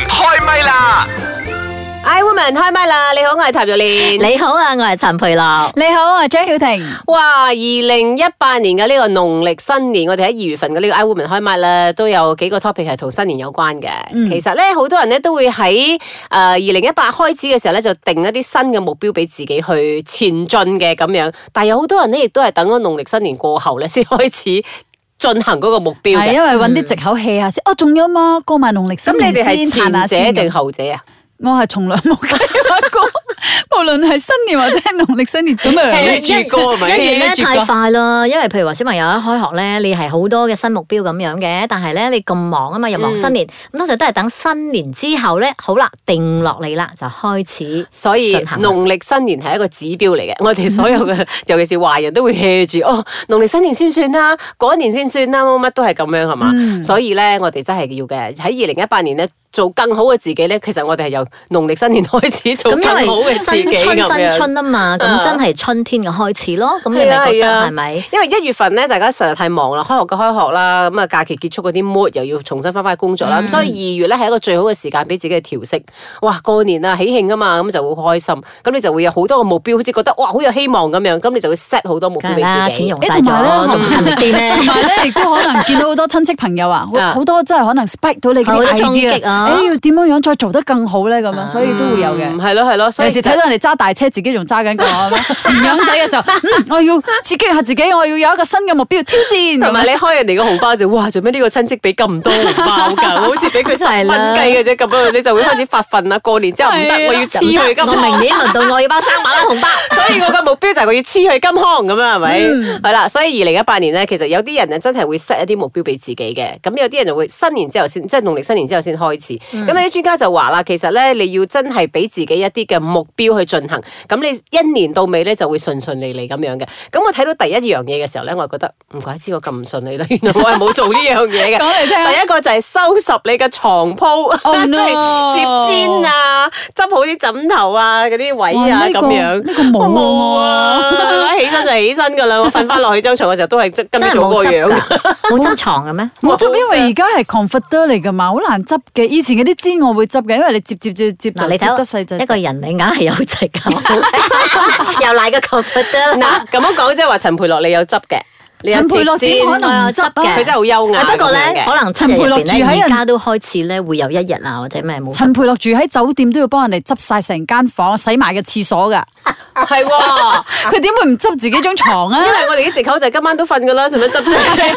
咪啦！ ，Iwoman 開唛啦！你好，我係譚玉蓮。你好啊，我係陳培樂。你好，我係張曉婷。哇！二零一八年嘅呢個農曆新年，我哋喺二月份嘅呢個 iWoman 開唛啦，都有幾個 topic 係同新年有關嘅。嗯其實咧，好多人咧都會喺誒呃二零一八開始嘅時候咧，就定一啲新嘅目標俾自己去前進嘅咁樣。但係有好多人咧，亦都係等咗農曆新年過後咧，先開始進行嗰個目標係嘅。因為揾啲藉口 hea 下先。哦，仲有嘛？過埋農曆咁新你哋係年先，下前先者定後者啊？我係從來冇計劃 過，無論係新年或者係農曆新年咁啊。住歌係一年咧記住啊太㗎快啦，因為譬如話小朋友一開學咧，你係好多嘅新目標咁樣嘅，但係咧你咁忙啊嘛，又嗯忙新年，咁通常都係等新年之後咧，好啦，定落嚟啦，就開始。所以嗯進行啦農曆新年係一個指標嚟嘅， 我哋所有 嘅，尤其是華人都會 hea 住哦，農曆新年先算啦，嗰一年先算啦，乜乜都係咁樣係嘛？嗯所以咧，我哋真係要嘅喺二零一八年咧，做更好嘅自己咧，其實我哋係由農曆新年開始做咁更好因嘅為自己新咁春新樣。春啊嘛，嗯咁真係春天嘅開始咯。咁你係啊咪覺係得啊係咪？因為一月份咧，大家實在太忙啦，開學嘅開學啦，咁啊假期結束嗰啲 mood 又要重新翻返去工作啦，咁、所以二月咧係一個最好嘅時間俾自己去調適。哇，過年啊，喜慶啊嘛，咁就會開心，咁你就會有好多個目標，好似覺得哇好有希望咁樣，咁你就會 set 好多目標梗係俾啦，自錢己。用晒誒同埋咗，呢仲慳啲同咩？埋咧，亦都可能見到好多親戚朋友啊，好啊好多真係可能 spike 到你好嗰多啲衝擊 idea，啊誒要點樣樣再做得更好咧咁樣，所以都會有嘅。嗯係咯係咯，所尤以其是其實睇到人哋揸大車，自己仲揸緊個係 咪年養仔嘅時候，嗯我要刺激下自己，我要有一個新嘅目標挑戰。同埋你開人哋個紅包就哇，做咩呢個親戚俾咁多紅包 㗎？我好似俾佢十蚊係啦雞嘅啫，咁樣你就會開始發奮啦。過年之後唔得，係啊 我要黐佢就金唔得我行明年輪到我要包三萬蚊紅包。所以我嘅目標就係我要黐去金康咁啊，係咪？嗯係啦、所以二零一八年咧，其實有啲人咧真係會 set 一啲目標俾自己嘅，咁有啲人就會新年之後先，即係農曆新年之後先開始。咁、嗯有啲專家就話啦，其實咧你要真係俾自己一啲嘅目標去進行，咁你一年到尾咧就會順順利利咁樣嘅。咁我睇到第一樣嘢嘅時候咧，我就覺得唔怪之我咁唔順利啦，原來我係冇做呢樣 嘢嘅。講嚟聽下第一個就係收拾你嘅床鋪 Oh 即 no 係接氈啊，執好啲枕頭啊，嗰啲位啊哇呢咁個樣。呢個冇我啊冇啊！起身就起身噶啦，我瞓翻落去張床嘅時候都係 即今真朝早係冇個執樣。㗎，冇執床嘅咩？我執，因為而家係 comforter 嚟噶嘛，好難執嘅。以前嗰啲氈我會執嘅，因為你接接接接就嗱，你接得睇細就一個人你硬係有藉 口， 又賴個 comfort 得啦。嗱咁樣講，即係話陳培樂你有執嘅，你有陳培樂點可摺能能唔執我佢有啊真？係好優雅。不過咁樣嘅咧，可能七日陳佩入樂邊咧，住喺人而家都開始咧會有一日啊，或者咩 冇。陳培樂住喺酒店都要幫人哋執晒成間房，洗埋個廁所噶。係喎，佢點會唔執自己張床啊因？為我哋啲藉口就係今晚都瞓噶啦，使乜執啫？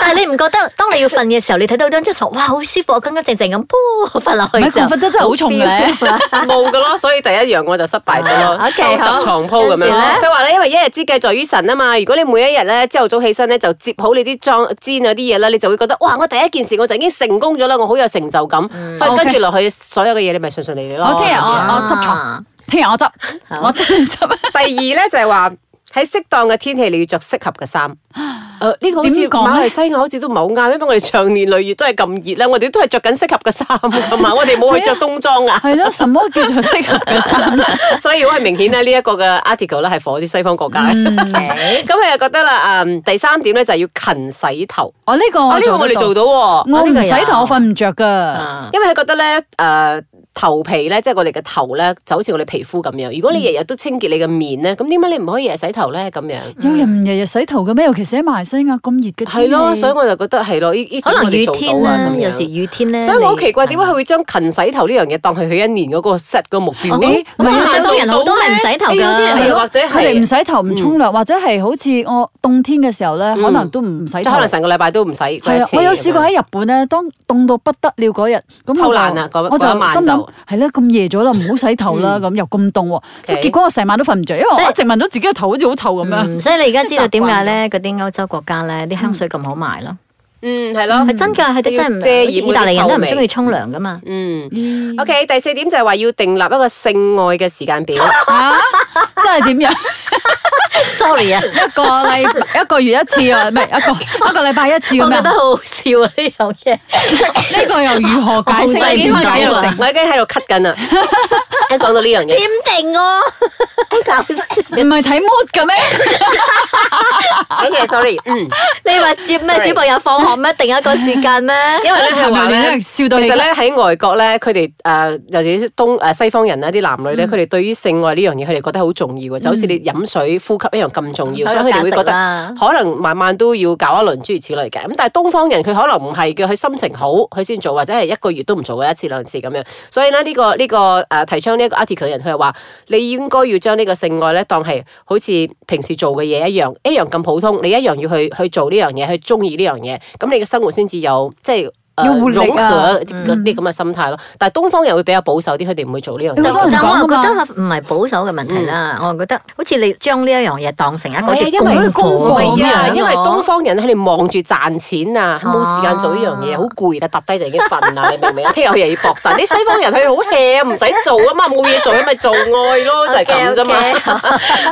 但係你唔覺得當你要瞓嘅時候，你睇到張張床，哇，好舒服，我乾乾淨淨咁，噗瞓落唔去係就 comforter 真係好重嘅。冇噶咯，所以第一樣我就失敗咗咯啊，，OK，收好拾床鋪咁跟住樣呢。佢話咧，因為一日之計在於晨啊嘛，如果你每一日咧朝頭早起身咧就摺好你啲裝煎嗰啲嘢啦，你就會覺得哇，我第一件事我就已經成功咗啦，我好有成就感，所以跟住 OK 落去所有嘅嘢你咪順順利利咯。我聽日我咁樣哦我執床，聽日我執，我真係執。第二咧就係話喺適當嘅天氣你要着適合嘅衫。誒呢、個好似點講咧馬來西亞好似都唔係好啱，因為我哋長年累月都係咁熱啦，我哋都係着緊適合嘅衫㗎嘛，我哋冇去着冬裝啊，係咯，什麼叫做適合嘅衫咧？所以好係明顯咧呢一個嘅 article 咧係火啲西方國家嘅。嗯 OK 咁佢又覺得啦，誒第三點咧就係要勤洗頭。 我呢個啊我呢個我哋做哦做到，到喎，啊我呢個唔有洗頭我瞓唔着噶。啊因為佢覺得咧誒。頭皮咧，即係我哋嘅頭咧，就好似我哋皮膚咁樣。如果你日日都清潔你嘅面咧，咁點解你唔可以日日洗頭咧？咁樣有人唔日日洗頭嘅咩？尤其是喺馬來西亞咁熱嘅天氣係咯，所以我就覺得係咯，呢呢可能雨天啊啦，有有時雨天咧。啊所以我好你奇怪，點解佢會將勤洗頭呢樣嘢當係佢一年嗰個 set 嗰個目標？誒咁唔係啊可能西方人好做多到咪唔洗頭誒㗎有啲人係或者佢哋唔係洗頭唔沖涼，或者係好似我冬天嘅時候咧，可能都唔洗即頭。係可能成個禮拜都唔洗嗰一次咁樣。係啊，我有試過喺日本咧，當凍到不得了嗰日，咁偷我懶啊嗰就我嗰一晚心諗就係啦，咁夜咗啦，唔好洗頭啦，咁又咁凍喎，所以 OK 結果我成晚都瞓唔着，因為所以我一直聞到自己嘅頭好似好臭咁樣。嗯所以你而家知道點解咧？嗰啲歐洲國家咧，啲香水咁好賣咯，嗯係咯，係真㗎，佢哋真係唔要遮掩嗰啲意大利人都臭唔味中意沖涼噶嘛。 嗯。OK，第四點就係話要訂立一個性愛嘅時間表。啊，真係點樣？ ，sorry 啊，一個禮一個月一次啊，唔係一個一個禮拜一次咁我覺樣。得好好笑啊呢樣嘢。呢個又如何解控制我已釋經唔開呢？始喺到度啊定，我已經喺度咳緊 啦。一講到呢樣嘢，點定 我？搞笑！唔係睇 mood 嘅咩？講嘢 sorry，嗯， 你話接咩 Sorry 小朋友放學咩？定一個時間咩？ 因為咧係話咪你真咧係。笑到其你實咧喺外國咧，佢哋誒尤其是東誒、呃西方人啦，啲男女咧，嗯佢哋、對於性愛呢樣嘢，佢哋覺得好重要嘅，就好似你飲水、呼吸一樣咁重要，好有所以佢哋會覺價值啊得啦可能慢慢都要搞一輪諸如此類嘅。咁但係東方人佢可能唔係嘅，佢心情好佢先做，或者係一個月都唔做嘅一次兩次咁樣。所以咧呢、個呢、個誒、呃提倡呢一個 article 嘅人，佢係話你應該要將呢個性愛咧當係好似平時做嘅嘢一樣，一樣咁普通，你一樣要去去做呢樣嘢，去中意呢樣嘢，咁你嘅生活先至有即係。呃有活力啊融合嗰啲咁嘅心態咯。但係東方人會比較保守啲，佢哋唔會做呢樣你覺但得嘢。但我又覺啊講㗎得唔係保守嘅問題啦，嗯我又覺得好似你將呢一樣嘢當成一個好似啊因為功課功咁課樣啊，咯因為東方人喺度望住賺錢啊，冇時間做呢樣嘢，啊好攰啦，揼低就已經瞓 啦，你明唔明啊？聽日佢又要搏殺。你西方人佢好 hea 唔使做啊嘛，冇嘢做咪做愛 咯，就係咁啫嘛。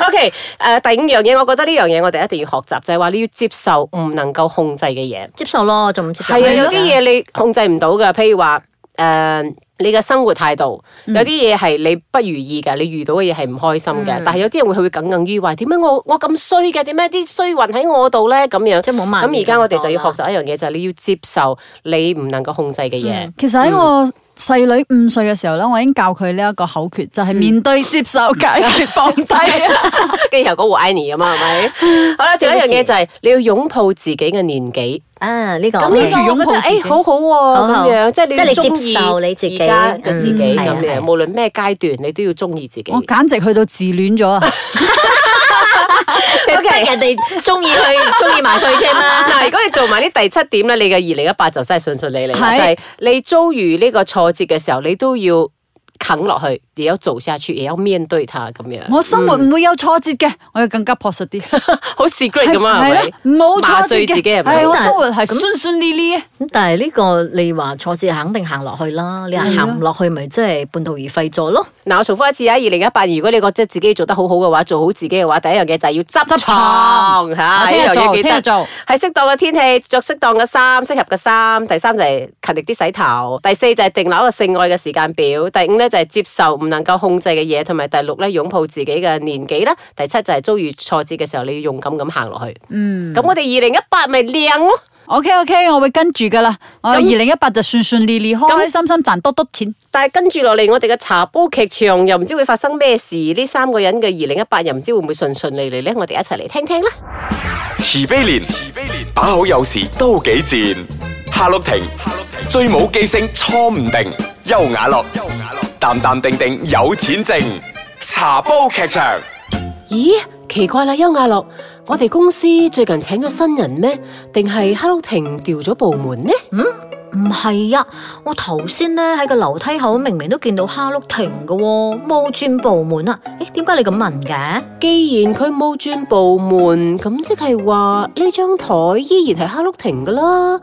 OK，誒 第五樣嘢，我覺得呢樣嘢我哋一定要學習，就係話你要接受唔能夠控制嘅嘢。接受咯，仲唔接受？哎係啊，有啲嘢你控制唔到㗎，譬如話誒、你嘅生活態度，嗯有啲嘢係你不如意嘅，你遇到嘅嘢係唔開心嘅。嗯但係有啲人會佢會耿耿於懷，點解我我咁衰嘅？點解啲衰運喺我度咧？咁樣即係冇啊慢。咁而家我哋就要學。習一樣嘢，就係、你要接受你唔能夠控制嘅嗯嘢。其實喺我細女五歲嘅時候咧，我已經教佢呢一個口訣，就係嗯面對、接受、解決、放 低。跟住又嗰個 Annie 咁啊，係咪？ 好啦，仲有一樣嘢就係、你要擁抱自己嘅年紀。啊，呢個咁 OK 呢個我覺得哎自己誒好好好喎，好咁樣即係你哦即係要你中接意受你自己而家嘅自己嗯係啊咁係樣，啊無論咩階段你都要中意自己。我簡直去到自戀咗啊！ 佢逼人哋中意佢，中意埋佢添 啊嗱，啦如。果你做埋呢第七點咧，你嘅二零一八就真係順順利利啦，係就係你遭遇呢個挫折嘅時候，你都要啃落去，也要做下去，也要面對它咁樣。我生嗯活唔會有挫折嘅，我要更加樸實啲。好 secret 咁啊，係咪？冇挫麻折醉自己嘅，係係咪？我生活係酸酸利利嘅。咁但係呢個你話挫折肯定行落去啦，你話行唔落去咪即係半途而廢咗咯。嗱，我重複一次啊，二零一八，如果你覺得自己做得好好嘅話，做好自己嘅話，第一樣嘢就係要執執床床嚇，呢我聽日樣做嘢記聽得日做。喺適當嘅天氣着適當嘅衫，適合嘅衫。第三就係勤力啲洗頭。第四就係定立一個性愛嘅時間表。第五咧就係接受唔能夠控制嘅嘢，同埋第六咧擁抱自己嘅年紀啦。第七就係遭遇挫折嘅時候，你要勇敢咁行落去。嗯咁我哋二零一八咪靚咯， ，OK OK，我會跟住噶啦。我二零一八就順順利利，開開心心賺多多錢。但係跟住落嚟我哋嘅茶煲劇場又唔知會發生咩事，呢三個人嘅二零一八又唔知會唔會順順利利咧？我哋一齊嚟聽聽啦。慈悲蓮，慈悲蓮，把好有時都幾賤。夏綠庭，夏綠庭，最冇記性錯唔定。優雅樂，優雅樂，淡淡定定有錢剩。茶煲劇場，咦，奇怪啦，邱亞樂，我哋公司最近請咗新人咩？定係哈囉婷調咗部門呢？唔係呀，我頭先咧喺個樓梯口明明都見到哈碌停嘅喎，冇轉部門啊！誒，點解你咁問嘅？既然佢冇轉部門，咁即係話呢張台依然係哈碌停噶啦。咁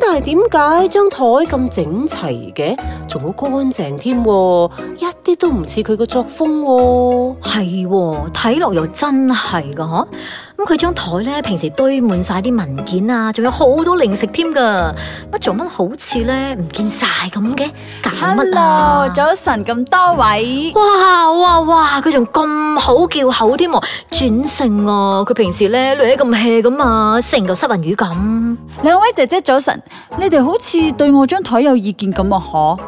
但係點解張台咁整齊嘅，仲好乾淨添喎，一啲都唔似佢個作風喎。係喎，睇落又真係噶嗬。咁佢張台咧，平時堆滿晒啲文件啊，仲有好多零食添噶。乜做乜好似咧唔見晒咁嘅？搞乜啊？早晨咁多位。哇哇哇！佢仲咁好叫口添喎，轉性啊！佢平時咧女咁 hea 咁啊，成嚿濕雲魚咁。兩位姐姐早晨，你哋好似對我張台有意見咁啊？嗬，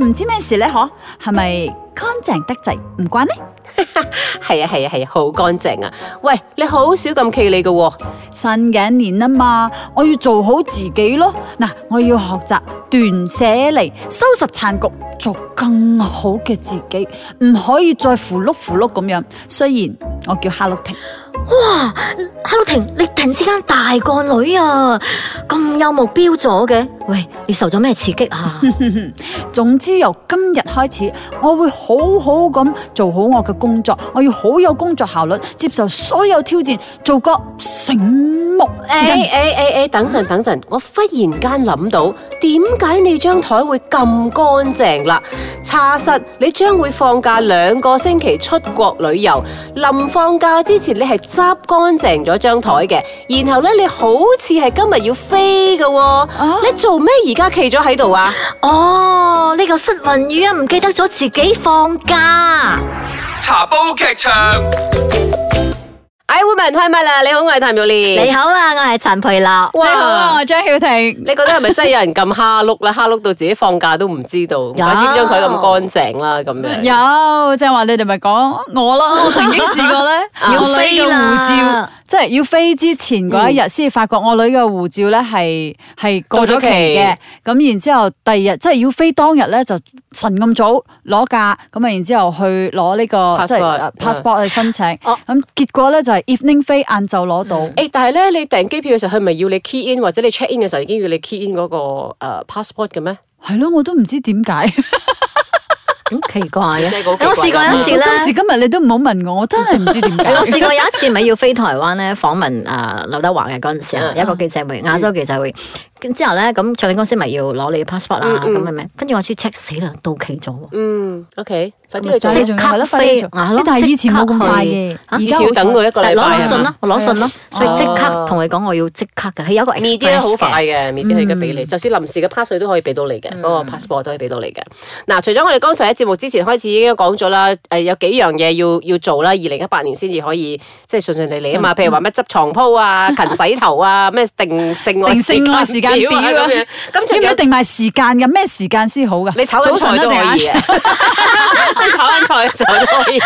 誒，唔知咩事咧？嗬，係咪乾淨得滯唔慣呢？係啊係啊係啊，好乾淨啊！喂，你好少咁企理噶喎。新嘅一年啊嘛，我要做好自己咯。嗱，我要學習斷捨離，收拾殘局，做更好嘅自己，唔可以再符碌符碌咁樣。雖然我叫哈洛婷，哇！ Hello 婷，你突然之間大個女啊，咁有目標咗嘅。喂，你受咗咩刺激 啊？總之由今日開始，我會好好咁做好我嘅工作，我要好有工作效率，接受所有挑戰，做個醒目人。诶诶诶诶，哎等陣等陣，我忽然間諗到，點解你張台會咁乾淨啦？查實你將會放假兩個星期出國旅遊，臨放假之前你係執乾淨咗張台嘅，然後咧你好似係今日要飛嘅喎、啊你做咩而家企咗喺度啊？哦，呢個失魂魚啊，唔記得咗自己放 假。茶煲劇場。哎，woman 開唛啦！你好，我係譚玉蓮。你好啊，我係陳培樂。，哇！啊我張曉婷你。覺得係咪真係有人咁蝦碌啦？蝦碌到自己放假都唔知道，唔怪之張台咁乾淨啦，咁樣。嗯有，即系话你哋咪講我 咯，我曾經試過咧啊要我女飛嘅啦護照，即係要飛之前嗰一日先發覺我女嘅護照咧係系过到嗯咗咗期期嘅，咁然之后第二日即係要飛當日咧就晨咁早攞假，咁啊然之后去攞呢個 Passport，嗯即係啊 passport 去申請，哦嗯咁結果咧就係 evening 飛晏晝攞到，誒、但係咧，你訂機票嘅時候，佢咪要你 key in 或者你 check in 嘅時候已經要你 key in 嗰、個、呃 passport 嘅咩？係咯，我都唔知點解。咁奇怪嘅。個好奇怪啊嘅我試過一次咧。 今時今日你都唔好問我，我真係唔知點 解。我試過有一次咪要飛台灣咧訪問誒劉德華嘅嗰陣時啊，嗯有一個記者會，亞洲記者會。跟之後咧，咁唱片公司咪要攞你嘅 passport 啊，嗯嗯咁嘅咩？跟住我先 check 死啦，到期咗喎。嗯，OK，快啊啲咪去再做係。即刻飛，啊係咯但係以前冇咁快即嘅刻，去啊而以家前好要等佢一個但係禮攞拜我信係嘛啦，我攞信咯，所以即哦刻同佢講我要即刻嘅，係有一個 media express 好快嘅。嘅，media 佢而家俾嗯你，就算臨時嘅 pass 佢都可以俾到你嘅，嗰個 passport 都可以俾到你嘅。嗱，除咗我哋剛才喺節目之前開始已經講咗啦，誒有幾樣嘢要要做啦，二零一八年先至可以即係順順利利啊嘛。譬如話咩執床鋪 啊、勤洗頭啊、咩定性愛定性愛時間表啊咁樣啊，，咁仲有要唔要定埋時間嘅？咩時間先好噶？你炒緊啊菜都可以嘅， 你炒緊菜嘅時候都可以。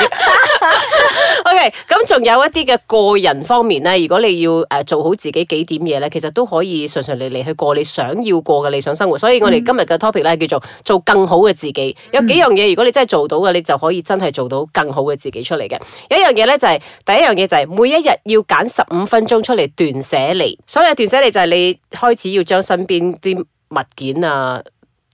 OK，咁仲有一啲嘅個人方面咧，如果你要誒做好自己幾點嘢咧，其實都可以順順利利去過你想要過嘅理想生活。所以我哋今日嘅 topic 咧叫做做更好嘅自己。有幾樣嘢，如果你真係做到嘅，你就可以真係做到更好嘅自己出嚟嘅。有一樣嘢咧就係、第一樣嘢就係每一日要揀十五分鐘出嚟斷捨離。所謂斷捨離就係你開始要將身邊啲物件啊。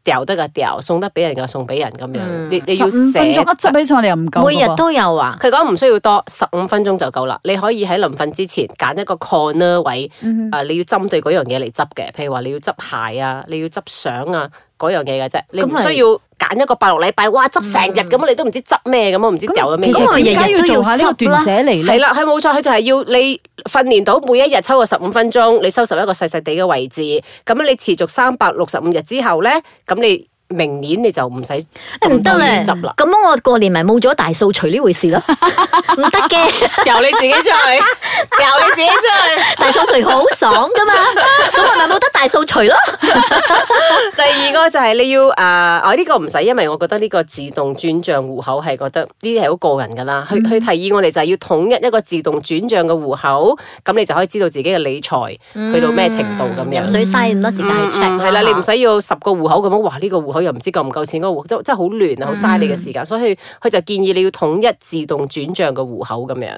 掉得嘅掉，送得俾人嘅送俾人咁樣，嗯你你十要五分鐘捨一執起上嚟又唔夠每㗎喎日都有啊，佢講唔需要多，十五分鐘就夠啦。你可以喺臨瞓之前揀一個 corner 位，嗯啊，你要針對嗰樣嘢嚟執嘅，譬如話你要執鞋啊，你要執相啊，嗰樣嘢嘅啫。你唔咁咪需要揀一個八六禮拜，哇，執成日咁，你都唔知執咩咁，我唔知掉咗嗯咁咩其嘢。咁我實點解日日都做下呢個要斷執捨離係咧？啦，係冇錯，佢就係要你訓練到每一日抽個十五分鐘，你收拾一個細細地嘅位置，咁你持續三百六十五日之後咧，咁你明年你就唔使誒哎唔咁得多咧，嘢 執啦。咁我過年咪冇咗大掃除呢回 事咯，唔得嘅。由你自己出 去，由你自己出去。大掃除好爽噶嘛，咁我咪冇得大掃除咯。第二個就係你要誒，啊我呢個唔使，因為我覺得呢個自動轉帳户口係覺得呢啲係好個人㗎啦。佢嗯佢提議我哋就係要統一一個自動轉帳嘅户口，咁你就可以知道自己嘅理財去到咩程度咁樣。飲水嗯嘥咁多時間嗯去 check 嗯係啦，你唔使要十個户口咁樣，哇！呢、個户口又唔知夠唔夠錢，嗰、個户真真係好亂啊，好嘥你嘅時間，所以佢就建議你要統一自動轉帳嘅户口咁樣。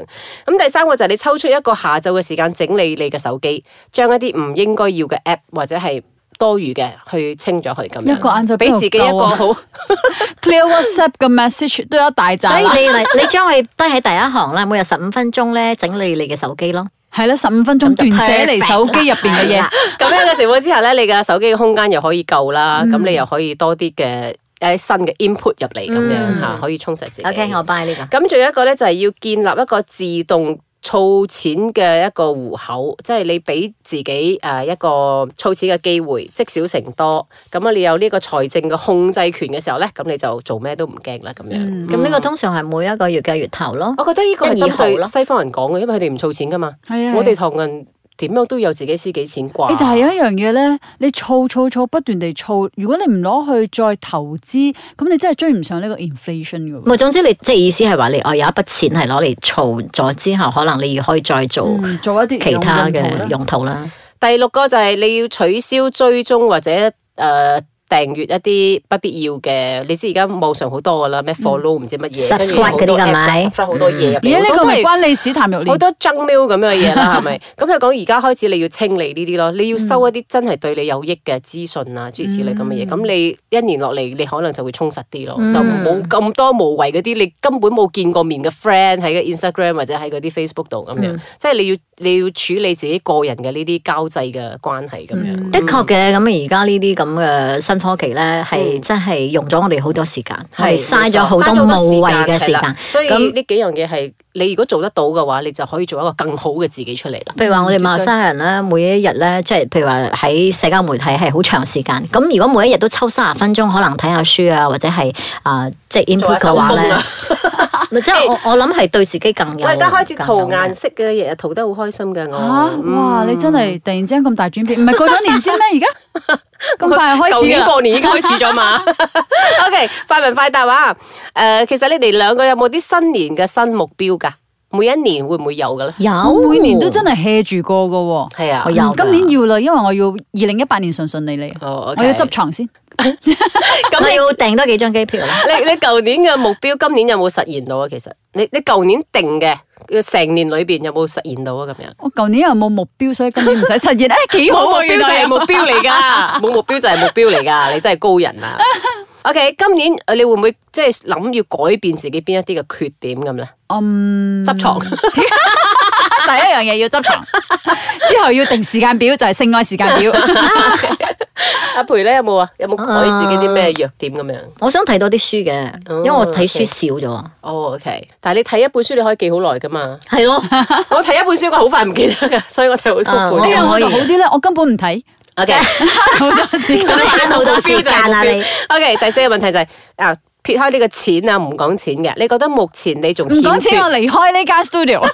咁第三個就係你抽出一個下晝嘅時間整理你嘅手機，將一啲唔應該要嘅 app 或者係多餘嘅去清咗佢咁樣。一個晏晝俾邊度自己一夠個啊好 clear WhatsApp 嘅 message 都有一大所扎以啦，你咪你將佢低喺第一行啦，每日十五分鐘咧整理你嘅手機咯。係啦，十五分鐘咁就斷捨離手機入邊嘅係嘢啦。咁樣嘅情況之下咧，你嘅手機嘅空間又可以夠啦，咁、你又可以多啲嘅誒新嘅 input 入嚟咁樣嗯嚇，可以充實自己。 OK，我 buy 呢個。咁仲有一個咧，就係要建立一個自動儲錢嘅一個户口，即係你俾自己誒一個儲錢嘅機會，積少成多。咁啊，你有呢個財政嘅控制權嘅時候咧，咁你就做咩都唔驚啦咁樣。嗯咁呢個通常係每一個月嘅月頭咯。我覺得呢個係一二針號對咯西方人講嘅，因為佢哋唔儲錢噶嘛。係啊我哋唐人點樣都有自己私己錢啩。誒但係有一樣嘢咧，你儲儲儲不斷地儲，如果你唔攞去再投資，咁你真係追唔上呢個 inflation 嘅唔喎。係，總之你即係意思係話你我有一筆錢係攞嚟儲咗之後，可能你可以再做嗯做一啲其他用途啦嘅用途啦。第六個就係你要取消追蹤或者誒、呃訂閱一啲不必要嘅，你知而家網上好多噶啦，咩 follow 唔知乜嘢 Subscribe 嗰啲㗎咪 s u b s c r i b e 好多嘢入嗯而嚟，家呢好個多咪係關你史譚玉好蓮。多 junk mail 咁樣嘅嘢啦，係 咪？咁佢講而家開始你要清理呢啲咯，你要嗯收一啲真係對你有益嘅資訊啊，諸如此類咁嘅嘢。咁你一年落嚟，你可能就會充實啲咯，嗯就冇咁多無謂嗰啲你根本冇見過面嘅 friend 喺個 Instagram 或者喺嗰啲 Facebook 度咁嗯樣。即係你要你要處理自己個人嘅呢啲交際嘅關係咁樣。的確嘅，咁而家呢啲咁嘅新科技咧，係嗯真係用咗我哋好多時間，係係嘥咗好嘥咗好多多無謂嘅時時間係間啦。所以咁呢幾樣嘢係你如果做得到嘅話，你就可以做一個更好嘅自己出嚟啦。譬如話我哋馬來絕對西亞人咧，每一日咧，即係譬如話喺社交媒體係好長時間。咁如果每一日都抽三十分鐘，可能睇下書啊，或者係啊、即係做 input 下嘅手話工咧啊，。咪即係 我我諗係對自己更有。啊我而家開始更塗有顏色嘅，日日塗得好開心嘅我。嗯吓哇！你真係突然之間咁大轉變，唔係過咗年先 咩？而家咁快舊開始啊年啦，過年已經開始咗 嘛？OK，快問快答啊！誒、其實你哋兩個有冇啲新年嘅新目標㗎？每一年會唔會有嘅咧？有我每年都真係 hea 住過噶喎。係啊我有嗯今年要啦，因為我要二零一八年順順利利，哦，OK 我要執床先。咁 你要訂多幾張機票啊啦。你你舊年嘅目標，今年有冇實現到啊？其實你你舊年定嘅，成年裏邊有冇實現到啊？咁樣我舊年又冇目標，所以今年唔使 實現。誒、幾好冇目啊！標原就來係有目標嚟㗎，冇目標就係目標嚟㗎，你真係高人啊！OK，今年誒你會唔會即係諗要改變自己邊一啲嘅缺點咁咧？ 嗯，執床。第一樣嘢要執床， 之後要定時間表，就係性愛時間表。阿培咧有冇啊？有冇改自己啲咩弱點咁樣？我想睇多啲書嘅，哦因為我睇書少咗。？哦、o k 但係你睇一本書你可以記好耐噶嘛係咯，我睇一本書我好快唔記得㗎， 所以 我睇好啊多我本呢。樣我就可以好啲咧，我根本 唔睇， O K，好多時間。你慳好多時間啊你。 O K，第四個問題就係、啊，撇開呢個錢啊，唔講錢嘅，你覺得目前你仲唔講欠缺錢，我離開呢間 studio。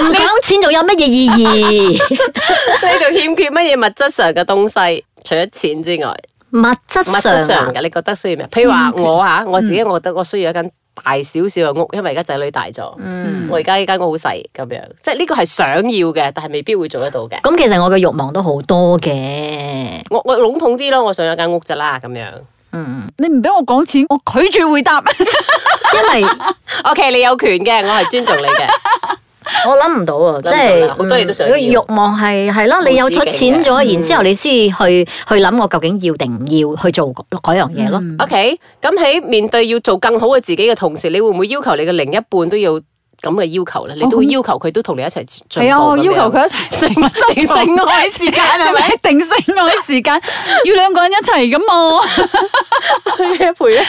唔講錢仲有乜嘢意義？ 你仲欠缺乜嘢物質上嘅東西？除咗錢之外，物物質質上上啊嘅你覺得需要咩？譬如話我啊，我自己我覺得我需要一間大少少嘅屋，因為而家仔女大咗，嗯我而家呢間屋好細咁樣，即係呢個係想要嘅，但係未必會做得到嘅。咁其實我嘅慾望都好多嘅，我我籠統啲咯，我想有間屋咋啦咁樣。嗯，你唔俾我講錢，我拒絕回答。因為 OK，你有權嘅，我係尊重你嘅。我諗唔到啊，到即啦係好多嘢都想嗯要個慾望係係啦，你有咗錢無止嗯咗，然之後你先去去諗我究竟要定唔要去做嗰嗰樣嘢咯。 OK，咁喺面對要做更好嘅自己嘅同時，你會唔會要求你嘅另一半都要咁嘅要求咧？你都會要求佢都同你一齊進步。係啊，我要求佢一齊成定性愛時間係 咪？定性愛時間，要兩個人一齊噶嘛。一陪咧，啊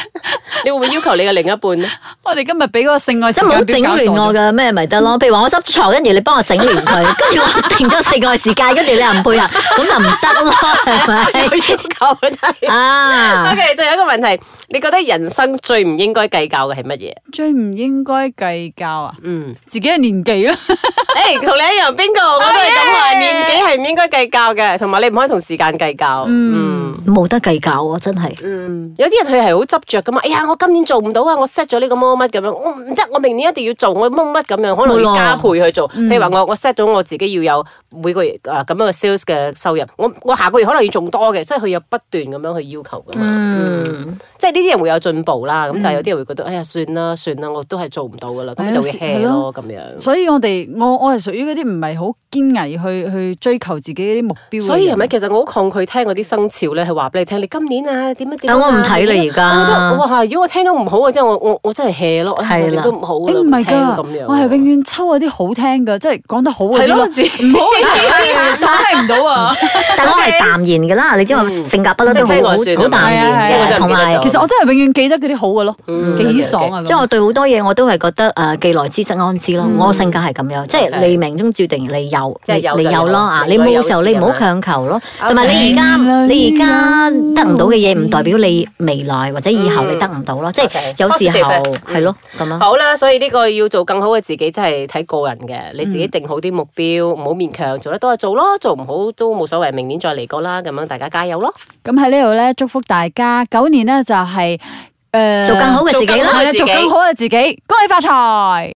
你會唔會要求你嘅另一半咧？ 我哋今日俾嗰個性愛時即係唔好間整表搞傻亂我咗。嘅咩咪得咯？譬如話我執床，跟住你幫我整亂 佢，跟住我定咗四個時間，跟住你又唔配合，咁就唔得咯，係有咪？ 要求啊真係。啊， OK，最後一個問題，你覺得人生最唔應該計較嘅係乜嘢？最唔應該計較啊， 嗯，自己嘅年 紀啦。誒，同你一樣邊個我都係咁話，係啊年紀係唔應該計較嘅，同埋你唔可以同時間計較。嗯。冇得計較喎，真係。嗯，有啲人佢係好執着噶嘛，哎呀，我今年做唔到啊，我 set 咗呢個乜乜咁樣，我唔得，我明年一定要做，我乜乜咁樣，可能要加倍去做。譬如話我我 set 咗我自己要有每個月啊咁樣嘅 sales 嘅收入，我我下個月可能要仲多嘅，即係佢有不斷咁樣去要求噶嘛。嗯，即係呢啲人會有進步啦，咁但係有啲人會覺得，哎呀，算啦算啦，我都係做唔到噶啦，咁嗯係啊就會是 hea 係咯咯咁樣。所以我哋我我係屬於嗰啲唔係好堅毅去去追求自己啲目標嘅人。啊所以係咪其實我好抗拒聽嗰啲生肖咧，係話俾你聽，你今年啊點樣點樣啊啊我唔睇啦點樣而家我覺得我話如果我聽到唔好嘅之後，我我我真係 hea 咯，唉係我哋啦都唔好誒啦，哎唔係聽㗎咁樣，啊我係永遠抽嗰啲好聽嘅，即係講得好嗰係啲咯。咯，哦自唔好 打聽唔到啊！但我係淡然嘅啦，你知我性格不嬲都嗯好聽我算啊好好淡係啊係然啊嘅，同埋我就唔記得其咗實我真係永遠記得嗰啲好嘅咯，嗯幾爽啊！即係我對好多嘢我都係覺得誒既來之則安之咯，我性格係咁樣，即係你命中注定你有，嗯即係有你就有有咯啊！你你冇有嘅時候時你唔好係嘛強求咯，同埋你而家明啦你而家呢得唔到嘅嘢老師唔代表你未來或者以後嗯你得唔到咯，即係 OK，有時 positive 候嘅嗯係咯咁樣。好啦，所以呢個要做更好嘅自己，真係睇個人嘅。你嗯自己定好啲目標，唔好勉強，做得多就做咯，做唔好都冇所謂，明年再嚟過啦。咁樣大家加油咯！咁喺呢度咧，祝福大家九年咧就係誒呃做更好嘅自己啦係啦做做更更好好嘅自己，恭喜發財！